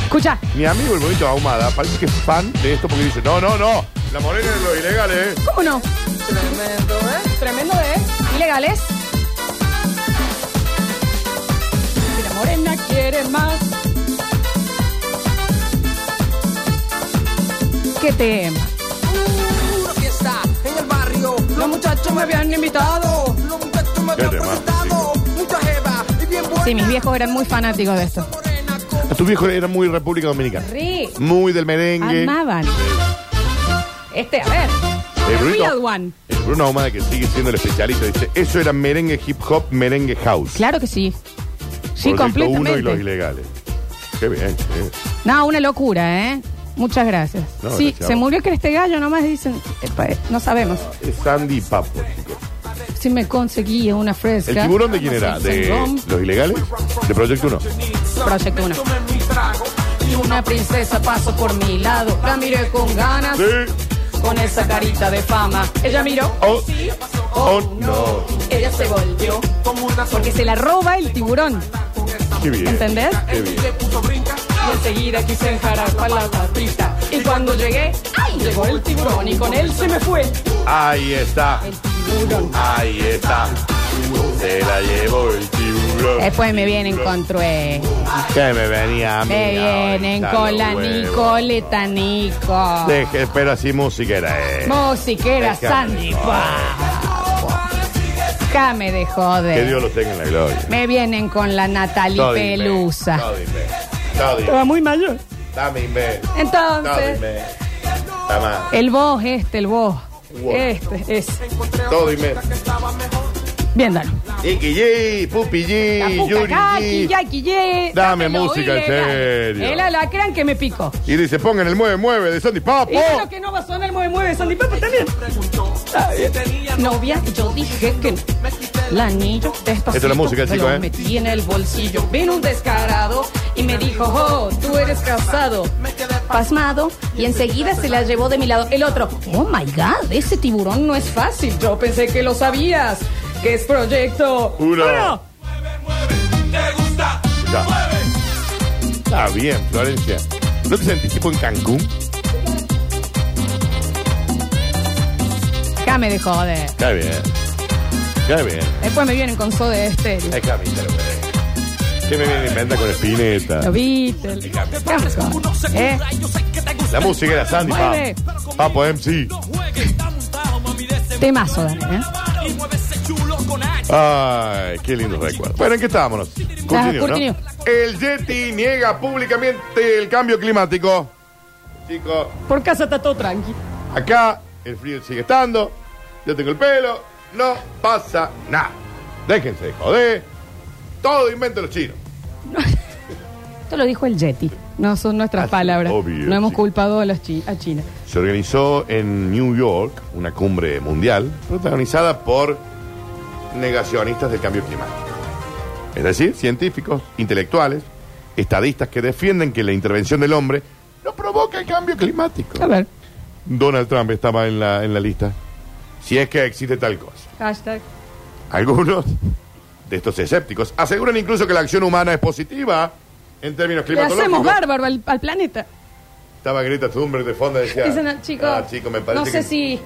Speaker 1: Escucha.
Speaker 2: Mi amigo el bonito Ahumada parece que es fan de esto porque dice, no, no, no. La morena eran los ilegales, ¿eh?
Speaker 1: ¿Cómo no? Tremendo, ¿eh? Tremendo, ¿eh? Ilegales. Si la morena quiere más. ¿Qué tema?
Speaker 8: una fiesta en el barrio. Los muchachos me habían invitado. Los muchachos me habían
Speaker 2: Qué tema,
Speaker 8: presentado. Mucha jeva y bien buena.
Speaker 1: Sí, mis viejos eran muy fanáticos de esto.
Speaker 8: Morena como
Speaker 2: eh". Tu viejo era muy República Dominicana.
Speaker 1: Rick.
Speaker 2: Muy del merengue.
Speaker 1: Amaban. Este, a ver.
Speaker 2: Eh,
Speaker 1: The
Speaker 2: Brunito.
Speaker 1: Real One.
Speaker 2: Eh, Bruno Ahumada que sigue siendo el especialista. Dice, eso era merengue hip hop, merengue house.
Speaker 1: Claro que sí. Sí,
Speaker 2: Proyecto uno y los
Speaker 1: completamente.
Speaker 2: ilegales. Qué bien, eh.
Speaker 1: No, una locura, ¿eh? Muchas gracias.
Speaker 2: No,
Speaker 1: sí,
Speaker 2: gracias a
Speaker 1: se
Speaker 2: vos.
Speaker 1: murió que este gallo, nomás dicen, epa, eh, no sabemos.
Speaker 2: Es Sandy y Papo, chicos.
Speaker 1: Si me conseguía una fresca.
Speaker 2: ¿El tiburón de quién era? ¿De los ilegales? ¿De Proyecto 1?
Speaker 1: Proyecto 1. Y una princesa pasó por mi lado, la miré con ganas,
Speaker 2: Sí.
Speaker 1: con esa carita de fama. Ella miró,
Speaker 2: Oh. Oh, no.
Speaker 1: Ella se volvió
Speaker 7: como una
Speaker 1: porque se la roba el tiburón,
Speaker 2: Qué bien.
Speaker 1: ¿entendés?
Speaker 2: Qué bien.
Speaker 8: Y enseguida quise enjarapar la tapita. Y cuando llegué, ¡ay! Llegó el tiburón y con él se me fue.
Speaker 2: Ahí está. Ahí está. Se la llevó el tiburón.
Speaker 1: Después me vienen con True,
Speaker 2: Que me venía a mí.
Speaker 1: me vienen
Speaker 2: Ahorita
Speaker 1: con la
Speaker 2: los huevos.
Speaker 1: Nicoleta Nico,
Speaker 2: Deje, pero así música era. eh.
Speaker 1: musiquera
Speaker 2: Déjame.
Speaker 1: sandipa. Déjame de
Speaker 2: Que
Speaker 1: joder.
Speaker 2: Dios los tenga en la gloria.
Speaker 1: Me vienen con la Natalie
Speaker 2: Todo invento,
Speaker 1: Pelusa.
Speaker 2: Todo invento, todo invento.
Speaker 1: Estaba muy mayor.
Speaker 2: Dame invento, Todo
Speaker 1: Entonces,
Speaker 2: invento. Tama,
Speaker 1: el vos, este, el vos.
Speaker 2: Wow.
Speaker 1: Este, es.
Speaker 2: Todo invento.
Speaker 1: Bien, Dano.
Speaker 2: Iki G, Pupi G, Yuri G. Dame música, en serio.
Speaker 1: El alacrán que me picó.
Speaker 2: Y dice, pongan el mueve, mueve de Sandy Papo.
Speaker 1: Y yo lo que no va a sonar el mueve mueve Sandy Papa también. Está bien. Novia, yo dije que no. La anillo despacito.
Speaker 2: Esta es la música,
Speaker 1: me
Speaker 2: chico,
Speaker 1: lo
Speaker 2: ¿eh?
Speaker 1: metí en el bolsillo. Vino un descarado y me dijo, oh, tú eres casado. Pasmado. Y enseguida se la llevó de mi lado. El otro, oh my God, ese tiburón no es fácil. Yo pensé que lo sabías. Que es proyecto.
Speaker 2: Uno.
Speaker 1: Uno.
Speaker 7: Te gusta,
Speaker 2: Ya. Está bien, Florencia. ¿No te sentís tipo en Cancún?
Speaker 1: Came de joder.
Speaker 2: Está bien. Está bien.
Speaker 1: Después me vienen con soda estéreo.
Speaker 2: Es camisa, lo que- ¿Qué me viene a inventar con espineta?
Speaker 1: Los Beatles. Déjame joder, ¿eh?
Speaker 2: La música era Sandy
Speaker 1: Mueve.
Speaker 2: Papo. Papo MC.
Speaker 1: Temazo, Dani, ¿eh?
Speaker 2: Ay, qué lindo recuerdo. Bueno, ¿en qué estábamos? Curtinio, ¿no?
Speaker 1: Curtinio.
Speaker 2: El Yeti niega públicamente el cambio climático. Chicos,
Speaker 1: Por casa está todo tranqui.
Speaker 2: acá el frío sigue estando. Yo tengo el pelo. No pasa nada. Déjense de joder. Todo invento los chinos.
Speaker 1: Esto lo dijo el Yeti. No son nuestras
Speaker 2: Así,
Speaker 1: palabras.
Speaker 2: Ah, obvio,
Speaker 1: no hemos
Speaker 2: sí.
Speaker 1: culpado a, los chi- a China.
Speaker 2: Se organizó en New York una cumbre mundial protagonizada por negacionistas del cambio climático. Es decir, científicos, intelectuales, estadistas que defienden que la intervención del hombre no provoca el cambio climático.
Speaker 1: A ver.
Speaker 2: Donald Trump estaba en la, en la lista. Si es que existe tal cosa.
Speaker 1: Hashtag.
Speaker 2: Algunos de estos escépticos aseguran incluso que la acción humana es positiva en términos
Speaker 1: Le hacemos
Speaker 2: climatológicos.
Speaker 1: bárbaro al, al planeta.
Speaker 2: Estaba Greta Thunberg de fondo y decía...
Speaker 1: Dicen, no, chico,
Speaker 2: "Ah, chico, me parece
Speaker 1: no sé
Speaker 2: que
Speaker 1: si...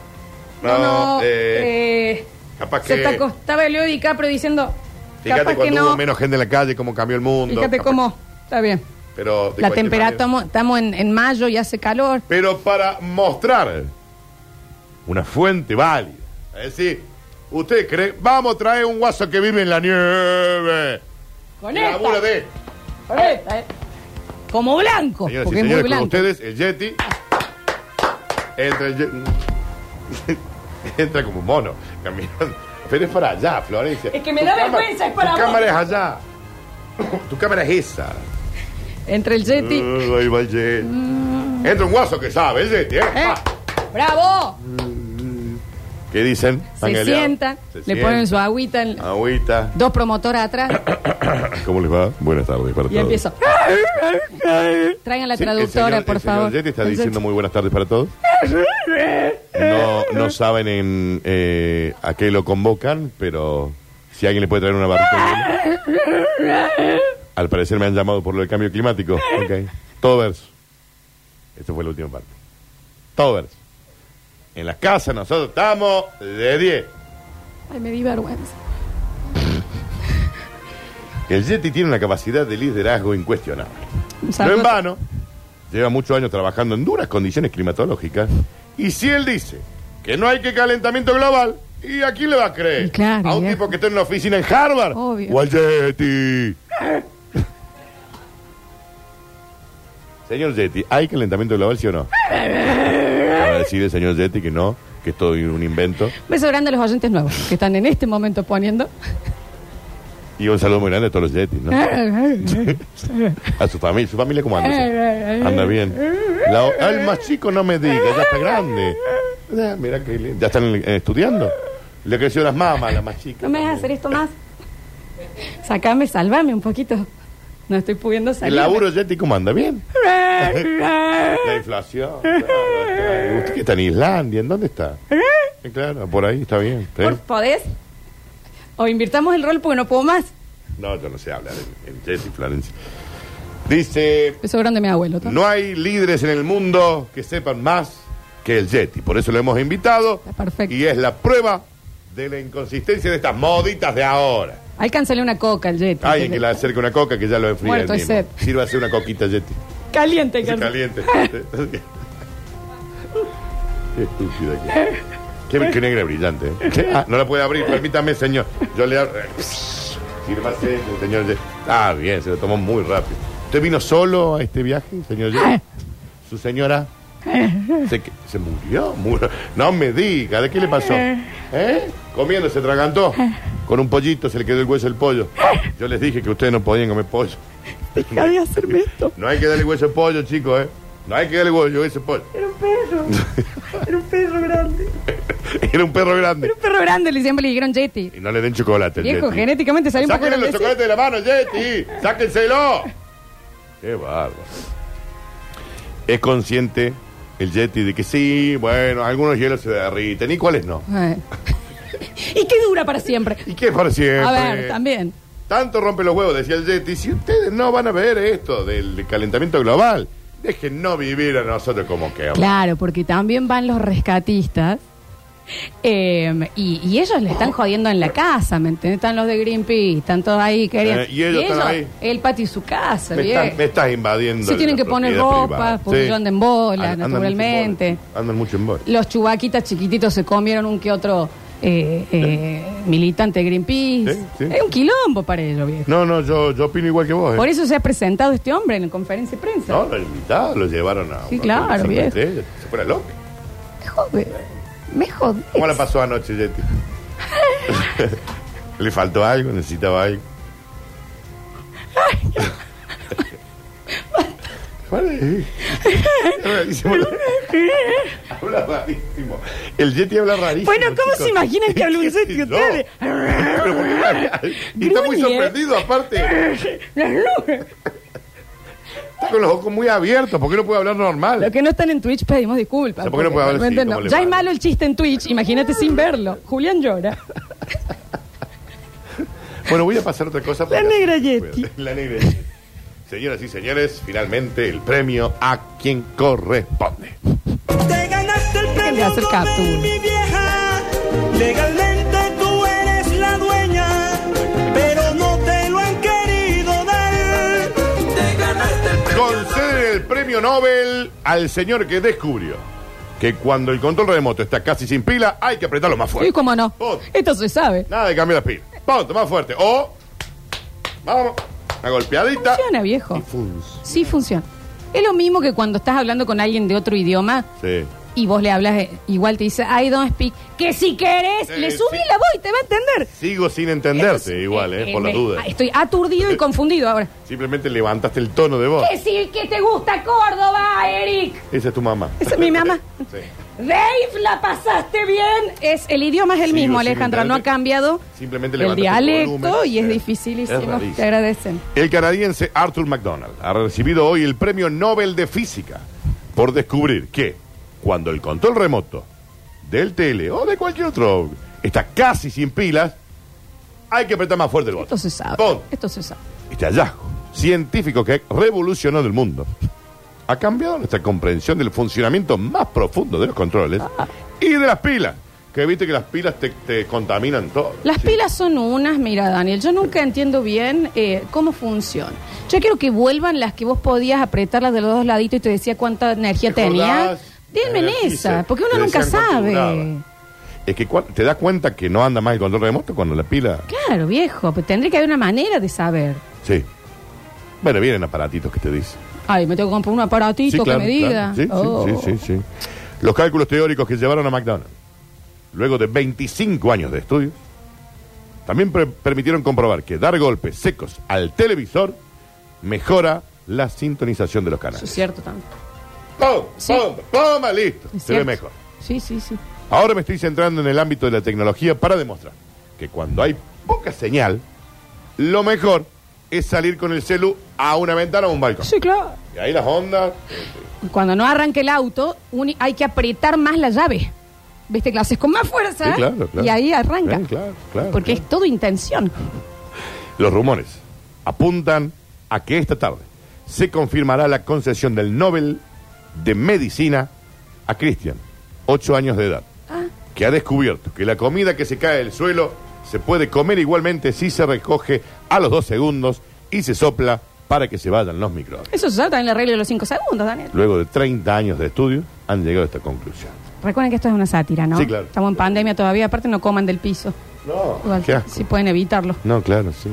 Speaker 2: No,
Speaker 1: No,
Speaker 2: eh,
Speaker 1: eh,
Speaker 2: capaz
Speaker 1: se
Speaker 2: que-
Speaker 1: está co- estaba Leo DiCaprio diciendo...
Speaker 2: Fíjate
Speaker 1: capaz
Speaker 2: cuando
Speaker 1: que
Speaker 2: hubo
Speaker 1: no.
Speaker 2: menos gente en la calle, cómo cambió el mundo.
Speaker 1: Fíjate
Speaker 2: Capaz-
Speaker 1: cómo... Está bien.
Speaker 2: Pero de
Speaker 1: La
Speaker 2: cualquier
Speaker 1: temperatura,
Speaker 2: manera.
Speaker 1: mo- estamos en, en mayo y hace calor.
Speaker 2: Pero para mostrar una fuente válida. Es decir, usted cree, vamos a traer un guaso que vive en la nieve.
Speaker 1: Con
Speaker 2: La
Speaker 1: esta,
Speaker 2: bula de.
Speaker 1: con esta, eh. Como blanco,
Speaker 2: Señoras y
Speaker 1: porque es muy
Speaker 2: señores, con
Speaker 1: blanco.
Speaker 2: ustedes, el Yeti. Entra el Yeti. Entra como mono, caminando. Pero es para allá, Florencia.
Speaker 1: Es que me
Speaker 2: Tu
Speaker 1: da
Speaker 2: cámara-
Speaker 1: vergüenza, es para
Speaker 2: Tu
Speaker 1: vos.
Speaker 2: cámara es allá. Tu cámara es esa.
Speaker 1: Entre el Yeti...
Speaker 2: Uh, ahí va el Yeti. Entra un guaso que sabe, el Yeti, ¿eh?
Speaker 1: Mm. ¿Eh?
Speaker 2: Pa.
Speaker 1: ¡Bravo!
Speaker 2: ¿Qué dicen? Están
Speaker 1: Se
Speaker 2: aliados.
Speaker 1: sientan,
Speaker 2: Se
Speaker 1: le
Speaker 2: sientan.
Speaker 1: ponen su agüita, en-
Speaker 2: Agüita.
Speaker 1: dos promotoras atrás
Speaker 2: ¿Cómo les va? Buenas tardes para
Speaker 1: y
Speaker 2: todos.
Speaker 1: empiezo. Traigan la
Speaker 2: Sí, el
Speaker 1: traductora,
Speaker 2: señor-
Speaker 1: por
Speaker 2: el señor
Speaker 1: favor.
Speaker 2: Yeti está
Speaker 1: El
Speaker 2: diciendo muy buenas tardes para todos. No, no saben en, eh, a qué lo convocan, pero si alguien le puede traer una barrita. de hielo. Al parecer me han llamado por lo del cambio climático. Ok. Todo verso. Esta fue la última parte. Todo verso. En la casa nosotros estamos de 10.
Speaker 1: Ay, me di vergüenza.
Speaker 2: El Yeti tiene una capacidad de liderazgo incuestionable.
Speaker 1: Un saludo.
Speaker 2: No en vano. Lleva muchos años trabajando en duras condiciones climatológicas. Y si él dice que no hay que calentamiento global, ¿y a quién le va a creer?
Speaker 1: Y claro,
Speaker 2: a un
Speaker 1: viejo.
Speaker 2: tipo que está en una oficina en Harvard.
Speaker 1: Obvio.
Speaker 2: O al Yeti. señor Yeti, ¿hay calentamiento global, sí o no? Va a decir el señor Yeti que no, que es todo un invento.
Speaker 1: Un beso grande a los oyentes nuevos que están en este momento poniendo.
Speaker 2: Y un saludo muy grande a todos los Yetis, ¿no? A su familia. ¿Su familia cómo anda? señor? Anda bien. La o- ah, el más chico no me diga, ya está grande. Ah, mira que lindo. ¿Ya están eh, estudiando? Le creció las mamas, la más chica.
Speaker 1: No me dejes hacer esto más. Sacame, salvame un poquito. No estoy pudiendo salir.
Speaker 2: El laburo Yeti, ¿cómo anda? Bien. La inflación. claro, claro. ¿Usted que está en Islandia? ¿En dónde está? Sí, Claro, por ahí está bien. sí.
Speaker 1: ¿Eh? Por- ¿Podés? O invirtamos el rol porque no puedo más.
Speaker 2: No, yo no sé hablar en, en Jesse Florencia. Dice,
Speaker 1: Eso grande mi abuelo. ¿tá?
Speaker 2: no hay líderes en el mundo que sepan más que el Yeti. Por eso lo hemos invitado.
Speaker 1: Está perfecto.
Speaker 2: Y es la prueba de la inconsistencia de estas moditas de ahora.
Speaker 1: Alcánzale una coca al Yeti.
Speaker 2: Alguien que le acerque una coca que ya lo enfría.
Speaker 1: Muerto
Speaker 2: el
Speaker 1: y
Speaker 2: mismo.
Speaker 1: sed.
Speaker 2: Sírvase una coquita, Yeti.
Speaker 1: Caliente,
Speaker 2: Se
Speaker 1: Carlos.
Speaker 2: caliente. Qué estúpida que es. Qué, qué negra brillante. ¿eh? Ah, no la puede abrir, permítame, señor. Yo le abro. Sírvase, señor. Yeti. Ah, bien, se lo tomó muy rápido. ¿Usted vino solo a este viaje, señor? Yeti? ¿Su señora? ¿Se, que- se murió? murió. No me diga, ¿de qué le pasó? ¿Eh? Comiendo, se tragantó. Con un pollito se le quedó el hueso del pollo. Yo les dije que ustedes no podían comer pollo.
Speaker 1: Deja de hacerme esto.
Speaker 2: No hay que darle hueso al pollo, chicos, ¿eh? No hay que darle hueso ese pollo.
Speaker 1: Era un perro. Era un perro grande.
Speaker 2: Era un perro grande.
Speaker 1: Era un perro grande, le siempre le dijeron Yeti.
Speaker 2: Y no le den chocolate. al
Speaker 1: Viejo,
Speaker 2: Yeti.
Speaker 1: genéticamente salió un poco
Speaker 2: Sáquenle los
Speaker 1: grande.
Speaker 2: chocolates de la mano, Yeti. Sáquenselo. Qué bárbaro. Es consciente el Yeti de que sí, bueno, algunos hielos se derriten y cuáles no.
Speaker 1: ¿Y qué dura para siempre?
Speaker 2: ¿Y qué es para siempre?
Speaker 1: A ver, también.
Speaker 2: Tanto rompe los huevos, decía el Yeti. Si ustedes no van a ver esto del calentamiento global, dejen no vivir a nosotros como que.
Speaker 1: Claro, porque también van los rescatistas. eh, y, y ellos le están jodiendo en la casa, ¿me entiendes? Están los de Greenpeace, están todos ahí queriendo.
Speaker 2: Eh, y ellos están ahí.
Speaker 1: El patio y su casa,
Speaker 2: Me,
Speaker 1: viejo.
Speaker 2: estás, me estás invadiendo.
Speaker 1: Se tienen
Speaker 2: la
Speaker 1: que poner
Speaker 2: propiedad
Speaker 1: ropa,
Speaker 2: privada.
Speaker 1: porque yo ando en bola,
Speaker 2: Andan- andan
Speaker 1: naturalmente.
Speaker 2: mucho en bola. Andan mucho en bola.
Speaker 1: Los chubaquitas chiquititos se comieron un que otro eh, eh, militante de Greenpeace.
Speaker 2: Sí, sí.
Speaker 1: Es un quilombo para ellos, viejo.
Speaker 2: No, no, yo, yo opino igual que vos. ¿eh?
Speaker 1: Por eso se ha presentado este hombre en la conferencia de prensa.
Speaker 2: No, lo invitaron, lo llevaron a.
Speaker 1: Sí,
Speaker 2: una
Speaker 1: claro,
Speaker 2: televisión
Speaker 1: viejo.
Speaker 2: de estrellas. Se fuera loca.
Speaker 1: Me jode. Me jode.
Speaker 2: ¿Cómo la pasó anoche, Yeti? ¿Le faltó algo? ¿Necesitaba algo? Vale. Rarísimo. habla rarísimo. El Yeti habla rarísimo.
Speaker 1: Bueno, ¿cómo se imaginan que habla un Yeti
Speaker 2: No.
Speaker 1: ustedes?
Speaker 2: Pero ¿por qué no habla? y está muy
Speaker 1: Gruñe.
Speaker 2: sorprendido, aparte.
Speaker 1: Las luces.
Speaker 2: Está con los ojos muy abiertos. ¿Por qué no puede hablar normal?
Speaker 1: Los que no están en Twitch pedimos disculpas.
Speaker 2: O sea, ¿por qué no
Speaker 1: porque
Speaker 2: puede hablar así?
Speaker 1: realmente no.
Speaker 2: ¿Cómo le
Speaker 1: Ya
Speaker 2: va?
Speaker 1: es malo el chiste en Twitch, imagínate sin verlo. Julián llora.
Speaker 2: Bueno, voy a pasar a otra cosa. porque-
Speaker 1: negra Yeti.
Speaker 2: La negra Yeti. Señoras y señores, finalmente el premio a quien corresponde.
Speaker 5: Te ganaste el
Speaker 1: Dejen de
Speaker 5: premio
Speaker 1: hacer
Speaker 5: Nobel,
Speaker 1: captura.
Speaker 5: mi vieja. Legalmente tú eres la dueña, pero no te lo han querido dar.
Speaker 2: Conceden el premio Nobel al señor que descubrió que cuando el control remoto está casi sin pila, hay que apretarlo más fuerte.
Speaker 1: Y cómo no.
Speaker 2: Punto.
Speaker 1: Esto se sabe.
Speaker 2: Nada de cambiar las pilas. Ponte más fuerte. O. Vamos. Una golpeadita.
Speaker 1: Funciona, viejo. Sí funciona. Es lo mismo que cuando estás hablando con alguien de otro idioma
Speaker 2: Sí.
Speaker 1: y vos le hablas, eh, igual te dice, I don't speak. Que si querés,
Speaker 2: Sí,
Speaker 1: le subí
Speaker 2: Eh, sí.
Speaker 1: la voz y te va a entender.
Speaker 2: Sigo sin entenderte,
Speaker 1: Entonces,
Speaker 2: igual, eh, por
Speaker 1: me-
Speaker 2: las dudas.
Speaker 1: Estoy aturdido y confundido ahora.
Speaker 2: Simplemente levantaste el tono de voz.
Speaker 1: Que sí, que te gusta Córdoba, Eric.
Speaker 2: Esa es tu mamá.
Speaker 1: Esa es mi mamá.
Speaker 2: Sí.
Speaker 1: Dave, la pasaste bien. Es el idioma es el
Speaker 2: Sigo
Speaker 1: mismo,
Speaker 2: sin
Speaker 1: Alejandra,
Speaker 2: entender.
Speaker 1: no ha cambiado.
Speaker 2: Simplemente
Speaker 1: el
Speaker 2: levantaste el
Speaker 1: dialecto
Speaker 2: volumen.
Speaker 1: y es
Speaker 2: Sí. Es
Speaker 1: dificilísimo.
Speaker 2: rarísimo.
Speaker 1: Te agradecen.
Speaker 2: El canadiense Arthur MacDonald ha recibido hoy el premio Nobel de Física por descubrir que cuando el control remoto del tele o de cualquier otro está casi sin pilas, hay que apretar más fuerte el botón.
Speaker 1: Esto se sabe.
Speaker 2: Punto.
Speaker 1: Esto se sabe.
Speaker 2: Este hallazgo científico que revolucionó el mundo ha cambiado nuestra comprensión del funcionamiento más profundo de los controles y de las pilas. Que viste que las pilas te, te contaminan todo.
Speaker 1: Las
Speaker 2: Sí.
Speaker 1: pilas son unas, mira, Daniel, yo nunca entiendo bien eh, cómo funciona. Yo quiero que vuelvan las que vos podías apretarlas de los dos laditos y te decía cuánta energía
Speaker 2: ¿Te
Speaker 1: tenía.
Speaker 2: acordás?
Speaker 1: Denme en
Speaker 2: Energizer.
Speaker 1: esa, porque uno
Speaker 2: Te
Speaker 1: nunca
Speaker 2: decían cuánto
Speaker 1: sabe.
Speaker 2: duraba. Es que cua- te das cuenta que no anda más el control remoto cuando la pila.
Speaker 1: Claro, viejo, pero tendría que haber una manera de saber.
Speaker 2: Sí. Bueno, vienen aparatitos que te dicen.
Speaker 1: Ay, me tengo que comprar un aparatito
Speaker 2: claro,
Speaker 1: que me diga.
Speaker 2: claro. Sí, sí,
Speaker 1: Oh.
Speaker 2: sí, sí, sí. Los cálculos teóricos que llevaron a McDonald's, luego de 25 años de estudios, también pre- permitieron comprobar que dar golpes secos al televisor mejora la sintonización de los
Speaker 1: Eso es
Speaker 2: canales.
Speaker 1: cierto también.
Speaker 2: ¡Pum!
Speaker 1: Sí.
Speaker 2: ¡Pum! ¡Pum! ¡Listo!
Speaker 1: Es
Speaker 2: Se ve
Speaker 1: cierto.
Speaker 2: mejor.
Speaker 1: Sí, sí, sí.
Speaker 2: Ahora me estoy centrando en el ámbito de la tecnología para demostrar que cuando hay poca señal, lo mejor es salir con el celu a una ventana o un balcón.
Speaker 1: Sí, claro.
Speaker 2: Y ahí las ondas.
Speaker 1: Cuando no arranque el auto, uni- hay que apretar más la llave. ¿viste? Que lo haces con más fuerza.
Speaker 2: Sí, claro, claro.
Speaker 1: Y ahí arranca.
Speaker 2: Sí, claro, claro,
Speaker 1: Porque
Speaker 2: claro.
Speaker 1: es todo intención.
Speaker 2: Los rumores apuntan a que esta tarde se confirmará la concesión del Nobel de Medicina a Christian, 8 años de edad,
Speaker 1: Ah.
Speaker 2: que ha descubierto que la comida que se cae del suelo se puede comer igualmente si se recoge a los dos segundos y se sopla para que se vayan los microbios.
Speaker 1: Eso se sabe también la regla de los cinco segundos, Daniel.
Speaker 2: Luego de 30 años de estudio, han llegado a esta conclusión.
Speaker 1: Recuerden que esto es una sátira, ¿no?
Speaker 2: Sí, claro.
Speaker 1: Estamos en pandemia todavía, aparte no coman del piso.
Speaker 2: No,
Speaker 1: Igual,
Speaker 2: qué asco.
Speaker 1: si pueden evitarlo.
Speaker 2: No, claro, sí.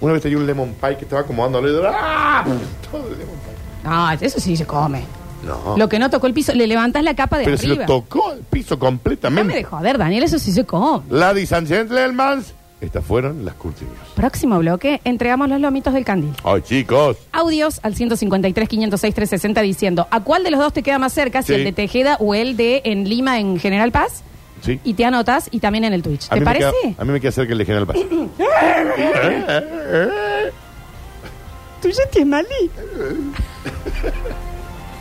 Speaker 2: Una vez tenía un lemon pie que estaba acomodándole. ¡Ah! Todo el lemon pie.
Speaker 1: No, eso sí se come.
Speaker 2: No.
Speaker 1: Lo que no tocó el piso, le levantas la capa de
Speaker 2: Ah. Pero se
Speaker 1: arriba.
Speaker 2: lo tocó el piso
Speaker 1: Déjame de
Speaker 2: completamente.
Speaker 1: joder, Daniel, eso sí se come.
Speaker 2: Ladies and gentlemen, estas fueron las Curti News.
Speaker 1: Próximo bloque, entregamos los lomitos del candil.
Speaker 2: Ay, chicos.
Speaker 1: Audios al 153 506 360 diciendo ¿a cuál de los dos te queda más cerca? Si
Speaker 2: Sí.
Speaker 1: el de Tejeda o el de en Lima en General Paz.
Speaker 2: Sí.
Speaker 1: Y te anotas y también en el Twitch.
Speaker 2: A
Speaker 1: ¿Te
Speaker 2: mí me queda-
Speaker 1: parece?
Speaker 2: a mí me queda cerca el de General Paz. Ah.
Speaker 1: Tú ya tienes malí.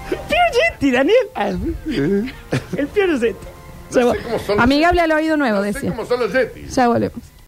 Speaker 1: Pior
Speaker 2: Ah.
Speaker 1: Daniel. El pior
Speaker 2: cómo son los-
Speaker 1: Amigable al oído nuevo,
Speaker 2: No sé
Speaker 1: decía.
Speaker 2: cómo son los Yetis.
Speaker 1: Ya volvemos.